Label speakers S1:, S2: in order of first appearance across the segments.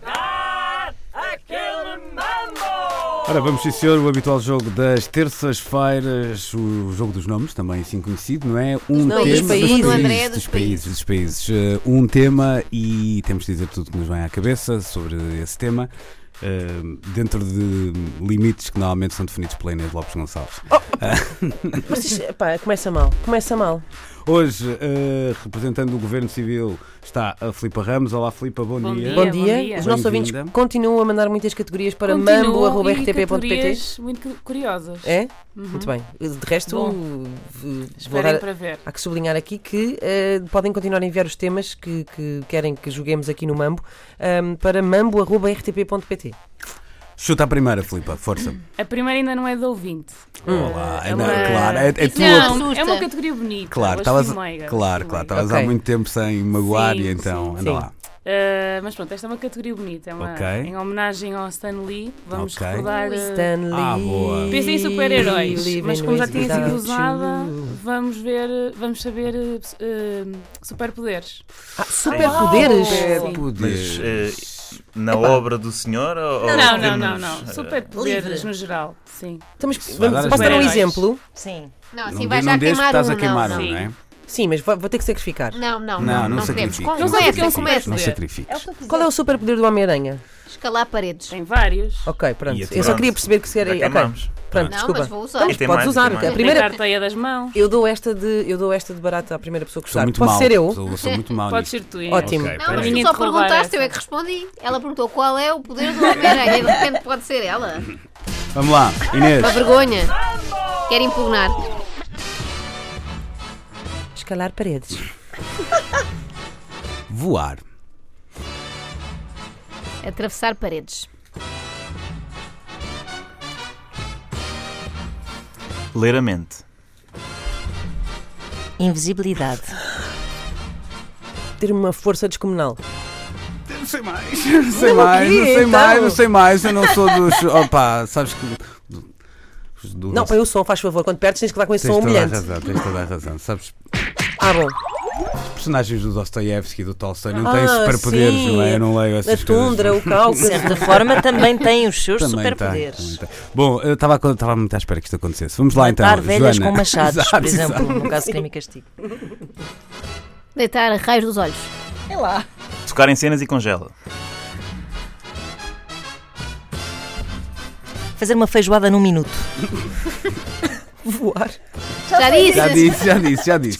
S1: jogar aquele mambo!
S2: Ora, vamos sim, senhor, o habitual jogo das terças-feiras, o jogo dos nomes, também assim conhecido, não é? Um
S3: nomes, dos países. Do André, dos
S2: dos países, dos países. Uh, um tema e temos de dizer tudo que nos vem à cabeça sobre esse tema, uh, dentro de limites que normalmente são definidos pela Inês Lopes Gonçalves.
S4: Mas isto, pá, começa mal, começa mal.
S2: Hoje, uh, representando o Governo Civil, está a Filipa Ramos. Olá, Filipa, bom,
S5: Bom dia.
S4: Bom dia.
S5: bom dia.
S4: Os nossos ouvintes
S2: Bem-vinda.
S4: continuam a mandar muitas categorias para
S5: Continuam e
S4: mambo.rtp.pt.
S5: categorias Muito cu- curiosas.
S4: É?
S5: Uhum.
S4: Muito bem. De resto,
S5: Bom.
S4: v- vou
S5: Esperem
S4: dar,
S5: para ver.
S4: há que sublinhar aqui que eh, podem continuar a enviar os temas que, que querem que joguemos aqui no Mambo ehm, para mambo.rtp.pt.
S2: Chuta a primeira, Filipa, força.
S5: A primeira ainda não é de ouvinte.
S2: Olá,
S5: é
S2: ainda-
S5: uma-
S2: claro, é, é tua.
S5: não, é
S3: assusta.
S5: uma categoria bonita.
S2: Claro,
S5: estavas.
S2: estavas, claro, claro, estavas há
S4: Ok.
S2: muito tempo sem magoar
S5: Sim,
S2: e então,
S5: sim,
S2: anda
S4: sim.
S2: lá.
S5: mas pronto, esta é uma categoria bonita. É uma,
S2: Ok.
S5: Em homenagem ao Stan Lee, vamos
S2: Ok.
S5: recordar.
S3: Oh,
S5: eh,
S4: Stanley.
S2: Ah, boa.
S5: Pensei em super-heróis,
S4: Living
S5: mas como já
S4: with
S5: tinha sido
S4: without
S5: usada,
S4: you.
S5: vamos ver, eh, vamos saber eh, eh, superpoderes.
S4: Ah, superpoderes?
S5: Sim.
S2: Poderes.
S6: Mas eh, na obra do senhor ou ou
S5: Não, não, não,
S6: podemos,
S5: não.
S2: Ah,
S6: eh,
S5: Superpoderes
S3: Livre.
S5: no geral, sim.
S4: Estamos,
S2: Isso vai
S4: vamos,
S2: dar
S4: posso dar um
S5: as-
S4: exemplo?
S3: Sim.
S7: Não,
S2: Não
S7: assim
S2: di-
S7: vai
S2: não
S7: já
S2: diz que
S7: queimar
S2: estás
S7: um,
S2: a queimar
S7: não,
S2: um,
S5: não.
S2: não é?
S4: Sim, mas vou, vou ter que sacrificar.
S7: não.
S2: Não,
S7: Não, não, não,
S2: não
S7: não queremos.
S2: sacrifique.
S5: Não
S7: Começa,
S5: sacrifique,
S7: começa.
S2: Não
S5: Poder.
S7: É o
S2: sacrifiques.
S7: que eu quiser.
S4: Qual é o superpoder do Homem-Aranha?
S7: Escalar paredes.
S5: Tem vários.
S4: Ok,
S2: E
S4: pronto.
S2: atirar-se.
S4: Eu só queria perceber que se
S6: já
S4: era. Ok,
S6: queimámos.
S4: pronto,
S7: Não,
S4: desculpa.
S7: mas vou usar.
S2: É,
S6: E tem
S4: Podes
S6: mais,
S4: usar.
S6: tem
S4: até A
S6: mais.
S5: Primeira...
S4: primeira,
S5: Tem carteia das mãos.
S4: eu dou esta de, eu dou esta de barata à primeira pessoa que
S2: Sou
S4: usar.
S2: muito
S4: Posso
S2: mau.
S4: ser eu?
S2: Sou, sou muito mau.
S5: Pode
S2: nisto.
S5: ser tu. Inês.
S4: Ótimo.
S2: Ok,
S7: Não, mas
S2: peraí.
S7: tu
S5: Ninguém
S7: só
S5: te roubar
S7: perguntaste,
S5: essa.
S7: eu é que respondi. Ela perguntou qual é o poder do Homem-Aranha. De repente pode ser ela.
S2: Vamos lá, Inês.
S7: Uma vergonha. Quer impugnar.
S4: Escalar paredes.
S2: Voar.
S7: Atravessar paredes.
S6: Ler a mente.
S3: Invisibilidade.
S4: Ter uma força descomunal.
S2: Não sei mais. Não sei
S4: Não,
S2: mais,
S4: o quê,
S2: não sei
S4: então?
S2: mais, não sei mais. Eu não sou dos. Opa, sabes que. os do-
S4: Não, põe o som, faz favor. Quando perdes, tens que lá com esse
S2: Tens
S4: som
S2: toda a
S4: humilhante.
S2: razão, tens toda a razão. Sabes,
S4: Ah, bom.
S2: os personagens do Dostoiévski e do Tolstói não
S4: Ah,
S2: têm superpoderes,
S4: sim.
S2: não é? Eu não leio
S4: A
S2: essas coisas.
S4: tundra, o
S3: De certa
S4: cálculo.
S3: forma, também tem os seus
S2: Também
S3: superpoderes.
S2: tem, também tem. Bom, eu estava a- estava muito à espera que isto acontecesse. Vamos lá então.
S3: Matar velhas
S2: Joana.
S3: com machados,
S2: Exato,
S3: por exemplo,
S2: exato.
S3: no caso de crime e castigo.
S7: Deitar raios dos olhos.
S3: É lá.
S6: Tocar em cenas e congela.
S3: Fazer uma feijoada num minuto.
S4: Voar.
S7: Já disse.
S2: Já disse, já disse, já disse.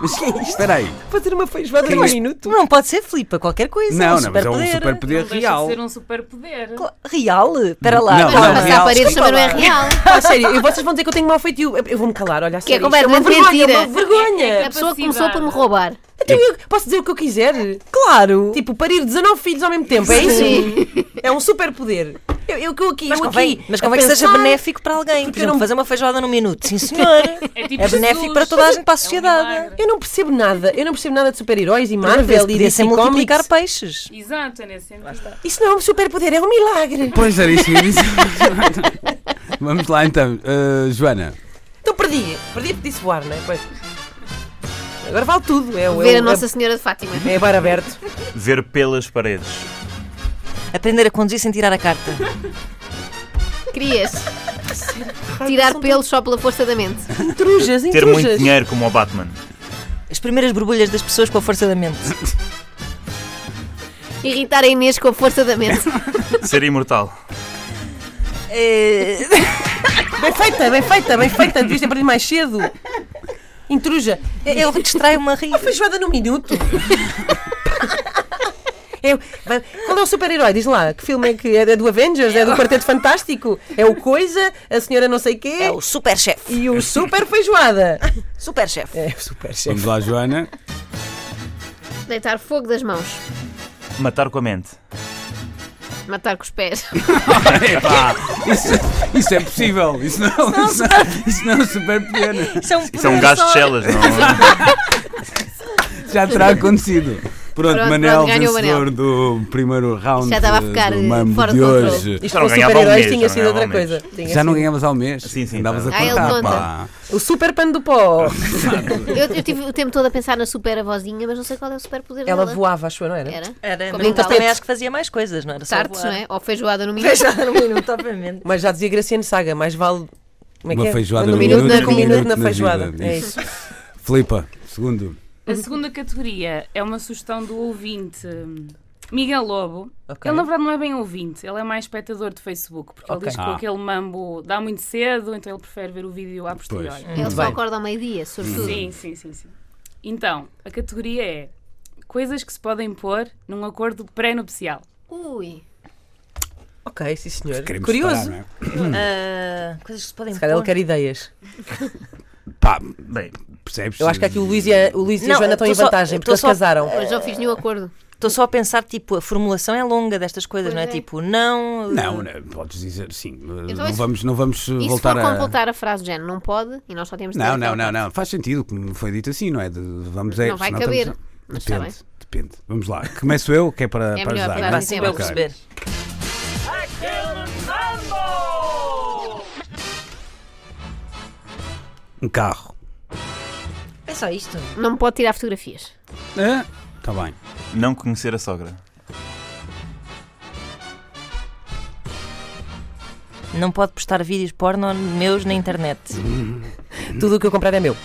S2: Mas, Espera aí.
S4: Fazer uma feijoada num minuto.
S3: Não pode ser flipa, qualquer coisa. é
S2: Não,
S3: um
S2: não, mas é um
S3: superpoder.
S2: superpoder
S5: Não deixa de
S2: real.
S5: ser um superpoder.
S3: Cla- Real? Espera lá.
S2: Não,
S7: Mas
S3: calma.
S2: não,
S7: atravessar
S2: real.
S7: paredes também não é real.
S4: Ah, sério, e vocês vão dizer que eu tenho mau feitio. Eu- Eu vou-me calar, olha, a
S7: Que é
S4: sério, isto uma
S7: completamente
S4: vergonha,
S7: mentira.
S4: é uma vergonha.
S7: A pessoa começou por me roubar.
S4: Então eu posso dizer o que eu quiser?
S3: Claro.
S4: Tipo, parir 19 filhos ao mesmo tempo, é isso?
S7: Sim.
S4: É um superpoder. Eu, eu, eu aqui,
S3: Mas
S4: eu
S3: convém,
S4: aqui.
S3: mas
S4: a
S3: convém que seja
S4: pensar-
S3: benéfico para alguém. Por
S4: eu
S3: exemplo,
S4: não-
S3: fazer uma feijoada num minuto. Sim, senhor.
S5: É, tipo
S3: É benéfico
S5: Jesus.
S3: para toda a gente,
S5: É
S3: para a
S5: um
S3: sociedade.
S5: milagre.
S4: Eu não percebo nada. Eu não percebo nada de super-heróis e
S3: Podia-se-
S4: Marvel e
S3: podia-se
S4: DC
S3: multiplicar
S4: Comics.
S3: peixes.
S5: Exato, é nesse sentido.
S4: Isso não é um superpoder, é um milagre.
S2: Pois era isso que eu ia dizer. Vamos lá então, Uh, Joana.
S4: Então perdi. Perdi porque disse voar, não é? Pois. Agora vale tudo. É, o- é,
S7: Ver a
S4: o-
S7: Nossa Senhora de Fátima.
S4: é, é bar aberto.
S6: Ver pelas paredes.
S3: Aprender a conduzir sem tirar a carta.
S7: Querias. Tirar pelos só pela força da mente.
S4: Intrujas,
S6: Ter muito
S4: intrujas.
S6: dinheiro como o Batman.
S3: As primeiras borbulhas das pessoas com a força da mente.
S7: Irritar a Inês com a força da mente.
S6: Ser imortal.
S3: Eh,
S4: Bem feita, bem feita, bem feita. Devias ter perdido mais cedo. Intruja. É, é
S3: Ele distrai-me a rir.
S4: uma feijoada num minuto. É, vai- qual é o super-herói? Diz lá, que filme é que é? É do Avengers? É do Quarteto Fantástico? É o Coisa? A Senhora não sei quê?
S3: É o super chefe.
S4: E o super feijoada.
S3: Super chefe.
S4: É o super chefe.
S2: Vamos lá, Joana.
S7: Deitar fogo das mãos.
S6: Matar com a mente.
S7: Matar com os pés.
S2: Epá, isso, isso é possível. Isso não, isso, isso não é super pequeno.
S3: Isso é um,
S6: Isso é um
S3: poder
S6: gajo de
S3: só.
S6: chelas, não?
S2: Já terá acontecido. Pronto,
S7: Pronto,
S2: Manel,
S7: pronto, ganhou o
S2: vencedor do primeiro round
S7: Já estava a
S2: eh,
S7: ficar,
S2: do
S7: eh,
S2: Mambo
S7: fora
S2: de
S7: de controle.
S2: hoje.
S4: Isto
S6: Já não
S4: para
S6: ganhava um
S4: super-heróis
S6: mês,
S4: tinha
S6: já não
S4: sido
S6: ganhava
S4: outra
S6: um
S4: coisa. Tinha
S2: Já não
S4: sido.
S2: ganhavas ao mês?
S6: Sim, sim,
S2: Andavas a
S6: tá.
S7: É assim. Ah, ele
S2: contar,
S7: conta.
S2: pá.
S4: O super pano do pó.
S7: Eu, eu tive o tempo todo a pensar na super avózinha, mas não sei qual é o super poder
S4: Ela
S7: dela.
S4: voava, acho eu, não era?
S7: Era?
S3: Era,
S7: Como
S3: mas
S7: então?
S3: também acho que fazia mais coisas, não era só
S7: Tartes, não
S3: voar.
S7: é? Ou feijoada no minuto.
S3: Feijoada no um minuto, obviamente.
S4: Mas já dizia Graciano Saga, mais vale. Como é que
S2: Uma
S4: é?
S2: feijoada
S4: Quando
S2: no
S4: um minuto,
S7: minuto,
S4: na-
S7: com um
S4: um minuto na
S2: minuto na
S4: feijoada.
S2: vida.
S4: É
S2: Isso.
S4: isso.
S2: Filipa, segundo.
S5: A segunda categoria é uma sugestão do ouvinte hum, Miguel Lobo.
S4: Ok.
S5: Ele, na verdade, não é bem ouvinte, ele é mais espectador de Facebook, porque ele
S4: Ok.
S5: diz que
S2: Ah.
S5: aquele mambo dá muito cedo, então ele prefere ver o vídeo à posteriori.
S7: Ele só
S4: bem.
S7: acorda ao meio-dia, sobretudo.
S5: Sim, sim, sim, sim. Então, a categoria é coisas que se podem pôr num acordo pré-nupcial.
S7: Ui.
S4: Ok, sim senhor.
S2: Queremos
S4: Curioso.
S2: separar, não é?
S3: Ah, coisas que se podem
S4: Se calhar ele
S3: pôr.
S4: quer ideias.
S2: Pá,
S6: é? Bem,
S2: percebes?
S4: Eu acho que aqui o Luís e a, o Luís e a
S3: Não,
S4: Joana estão em
S3: tô só-
S4: vantagem, porque
S3: tô
S4: eles
S3: só-
S4: casaram.
S7: Mas não fiz nenhum acordo.
S3: Estou só a pensar, tipo, a formulação é longa destas coisas,
S7: Pois
S3: não é?
S7: é.
S3: Tipo, não.
S2: Não, não, podes dizer sim. não
S7: Então isso-
S2: vamos, não vamos
S7: E se
S2: voltar
S7: for
S2: a.
S7: completar a frase do género, não pode, e nós só temos de
S2: Não,
S7: dar
S2: não,
S7: aquela
S2: não,
S7: parte.
S2: não. Faz sentido, como foi dito assim, não é? De- vamos é,
S7: Não vai
S2: senão
S7: caber,
S2: estamos-
S7: mas está
S2: Depende, depende. Vamos lá. Começo eu, que é para,
S7: É
S2: para
S7: melhor,
S2: ajudar.
S7: para
S2: não é?
S3: eh, Vai sempre eu
S2: Ok.
S3: perceber.
S1: I kill a mambo!
S2: Um carro.
S3: É só isto.
S7: Não me pode tirar fotografias.
S2: Está Tá bem.
S6: não conhecer a sogra.
S3: Não pode postar vídeos porno meus na internet.
S4: Tudo o que eu comprar é meu.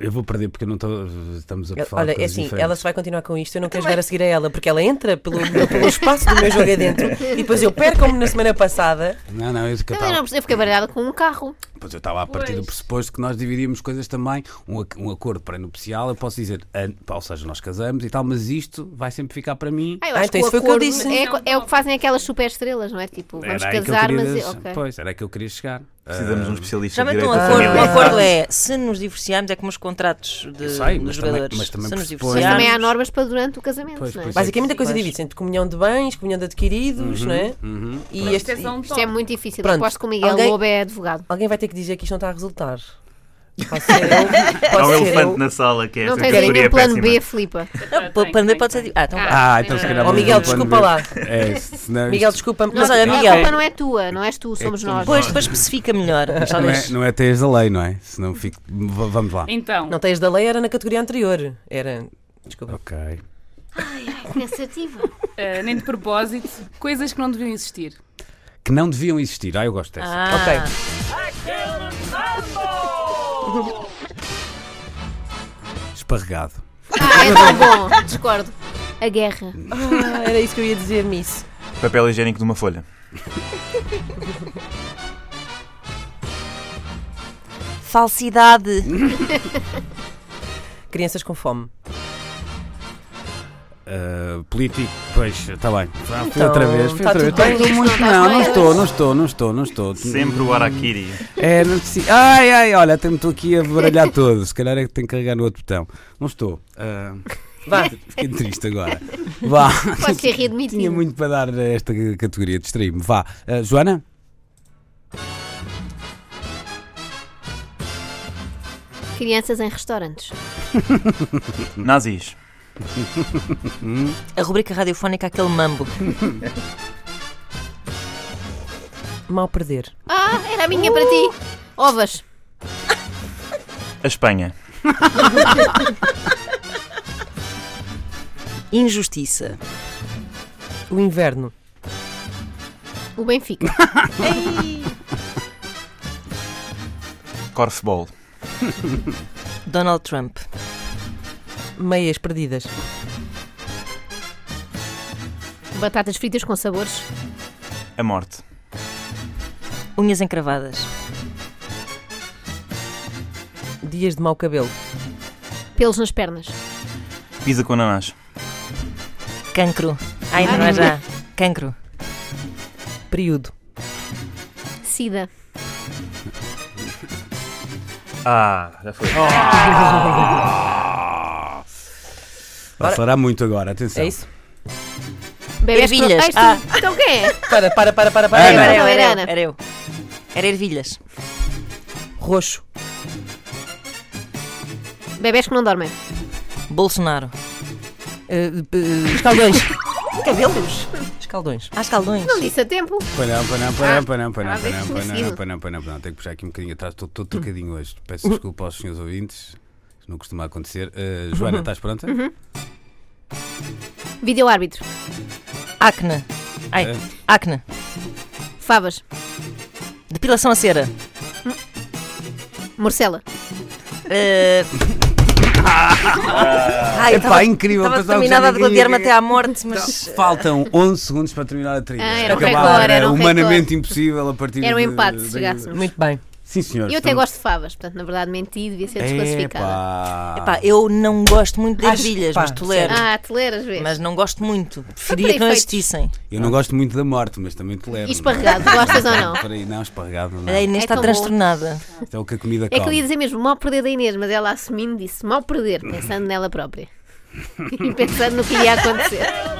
S2: Eu vou perder porque eu não estou. Estamos a falar. de
S4: Olha, é
S2: coisas
S4: assim,
S2: diferentes.
S4: ela se vai continuar com isto, eu não quero jogar a seguir a ela, porque ela entra pelo, pelo espaço do meu jogo adentro e depois eu perco como na semana passada.
S2: Não, não, eu que eu
S7: Também não
S2: estava.
S7: perce- eu fiquei baralhada com um carro.
S2: Pois eu estava a partir do
S5: Pois.
S2: pressuposto que nós dividíamos coisas também. Um, ac- um acordo pré-nupcial, eu posso dizer, an- pá, ou seja, nós casamos e tal, mas isto vai sempre ficar para mim.
S7: Ah, eu
S4: Ah,
S7: acho
S4: então
S7: que o
S4: isso foi o que eu
S7: acordo
S4: disse.
S7: é, co- é o que fazem aquelas super estrelas, não é? Tipo, vamos
S2: aí que eu
S7: casar,
S2: queria
S7: mas.
S2: deixar-
S7: ok.
S2: Pois, era aí que eu queria chegar.
S6: Precisamos de um
S2: Ah,
S6: especialista de
S3: Geralmente um
S6: direito da
S3: acordo,
S6: família.
S3: um acordo é se nos divorciarmos é como os contratos de,
S2: sei,
S3: dos
S2: mas também-
S3: jogadores.
S2: mas também
S3: se nos
S2: pressupõe-
S3: divorciarmos.
S2: Mas
S7: Também há normas para durante o casamento,
S2: Pois,
S7: não é?
S2: pois é.
S4: Basicamente a coisa
S3: Pois.
S4: divide-se entre comunhão de bens, comunhão de
S2: Uhum,
S4: adquiridos, não é? E
S5: Isto
S4: este,
S5: é só um
S7: Isto é
S5: toque.
S7: muito difícil.
S4: Pronto.
S7: Aposto que o Miguel
S4: Alguém-
S7: Lobo é advogado.
S4: alguém vai ter que dizer que isto não está a resultar. Pode ser eu,
S6: Há um
S4: pode ser
S6: elefante
S4: eu.
S6: na sala que é
S7: Não
S6: essa
S7: tens
S6: categoria
S7: nenhum plano
S6: péssima.
S7: B, Filipa.
S5: tá,
S3: Não, pode- pode- pode ser. Ah, então vá.
S2: Ah, então se calhar.
S4: Oh,
S2: vamos
S4: Miguel,
S2: ao plano
S4: desculpa
S2: B.
S4: lá.
S2: É, senão
S4: Miguel,
S2: isto
S4: desculpa-me.
S3: Mas
S4: Não,
S3: olha,
S7: A
S3: Miguel.
S7: culpa não é tua, não és tu,
S6: É
S7: somos nós.
S3: Depois, depois especifica melhor. Mas
S2: não é,
S3: talvez.
S2: não é teias da lei, não é? Senão fico. v- Vamos lá.
S5: Então,
S4: não tens da lei, era na categoria anterior. Era. Desculpa.
S2: Ok.
S7: Pensativa.
S5: eh, nem de propósito, coisas que não deviam existir.
S2: Que não deviam existir. Ah, eu gosto dessa.
S3: Ah,
S4: Ok.
S1: I kill a mambo!
S2: Esparregado.
S7: Ah, é tão bom. Discordo. A guerra.
S4: Ah, era isso que eu ia dizer, Miss.
S6: Papel higiênico de uma folha.
S3: Falsidade.
S4: Crianças com fome.
S2: Ah, político, pois, está bem. Ah, fui
S4: Então,
S2: outra vez, fui
S4: tá
S2: outra vez.
S4: tudo bem?
S2: Estou muito-
S7: Não,
S2: Não, não
S7: estás
S2: estou, não estou, não estou, não estou.
S6: Sempre o Arakiri.
S2: É, não preciso. Ai, ai, olha, até me estou aqui a baralhar todo. Se calhar é que tenho que carregar no outro botão. Não estou. Ah,
S4: Vá.
S2: Fiquei triste agora. Vá.
S7: Pode ser
S2: Tinha
S7: readmitido.
S2: muito para dar a esta categoria, distraí-me. Vá. Ah, Joana?
S7: Crianças em restaurantes.
S6: Nazis.
S3: A rubrica radiofónica aquele mambo.
S4: Mal perder.
S7: Ah, era a minha para ti. Uh! Ovas.
S6: A Espanha.
S3: Injustiça.
S4: O inverno.
S7: O Benfica.
S6: Corfball.
S3: Donald Trump.
S4: Meias perdidas.
S7: Batatas fritas com sabores.
S6: A morte.
S3: Unhas encravadas.
S4: Dias de mau cabelo.
S7: Pelos nas pernas.
S6: Pisa com ananás.
S3: Cancro. Ai, não é já. Cancro.
S4: Período.
S7: Sida.
S6: Ah, já foi.
S2: Vai acelerar muito agora, atenção.
S4: É isso?
S7: Bebes pro-
S3: Ervilhas.
S7: Ah, isto-
S3: Ah.
S7: Então quem é?
S4: Para, para, para, para, para.
S2: Ana.
S3: Era eu,
S7: Não, era
S3: era eu.
S7: Ana.
S3: Era eu. Era ervilhas.
S4: Roxo.
S7: Bebés que não dormem.
S3: Bolsonaro.
S4: Eh, p- eh, escaldões. Cabelos. Escaldões.
S3: Há escaldões.
S7: Não disse a tempo.
S2: Panam, panam, panam, panam, panam,
S7: ah, Hum. bem
S2: panam, panam,
S7: conseguido.
S2: panam, panam, panam. Tenho que puxar aqui um bocadinho atrás, estou todo trocadinho hoje. Peço desculpa aos senhores ouvintes, isso não costuma acontecer. Ah, Joana,
S7: Uhum.
S2: estás pronta?
S7: Vídeo árbitro.
S3: Acne. Ai,
S2: É.
S3: acne.
S7: Favas.
S3: Depilação a cera.
S7: Morcela.
S3: Eh, Ai,
S2: Ah. Epá,
S3: estava-
S2: incrível,
S3: Estava
S2: pensava que Então,
S3: determinada a
S2: já ninguém ia
S3: gladiar-me até
S2: ganhar.
S3: à morte, mas.
S2: Faltam 11 segundos para terminar a trilha.
S7: Ah, era
S3: um
S2: Acabar,
S7: recorde, era um
S2: humanamente impossível a partir
S7: Era um
S2: de-
S7: empate, se
S2: de-
S7: chegássemos.
S4: Muito bem.
S2: Sim, senhor.
S7: Eu até
S2: estamos-
S7: gosto de favas, portanto, na verdade, menti, devia ser desclassificada.
S2: Epá.
S3: Pá, eu não gosto muito de
S4: Acho-
S3: ervilhas,
S4: pá,
S3: mas tolero.
S7: Ah, te ler às vezes.
S3: Mas não gosto muito. Preferia que não
S7: efeitos.
S3: existissem.
S2: Eu não gosto muito da morte, mas também te levo.
S7: E esparregado,
S2: não é?
S7: gostas ou não?
S2: Espera aí, não, esparregado não.
S3: A
S7: É
S3: Inês está
S7: tão bom.
S3: transtornada.
S2: Isto é o que a comida
S7: É que eu
S2: come.
S7: ia dizer mesmo, mal perder da Inês, mas ela assumindo disse mal perder, pensando nela própria. e pensando no que ia acontecer.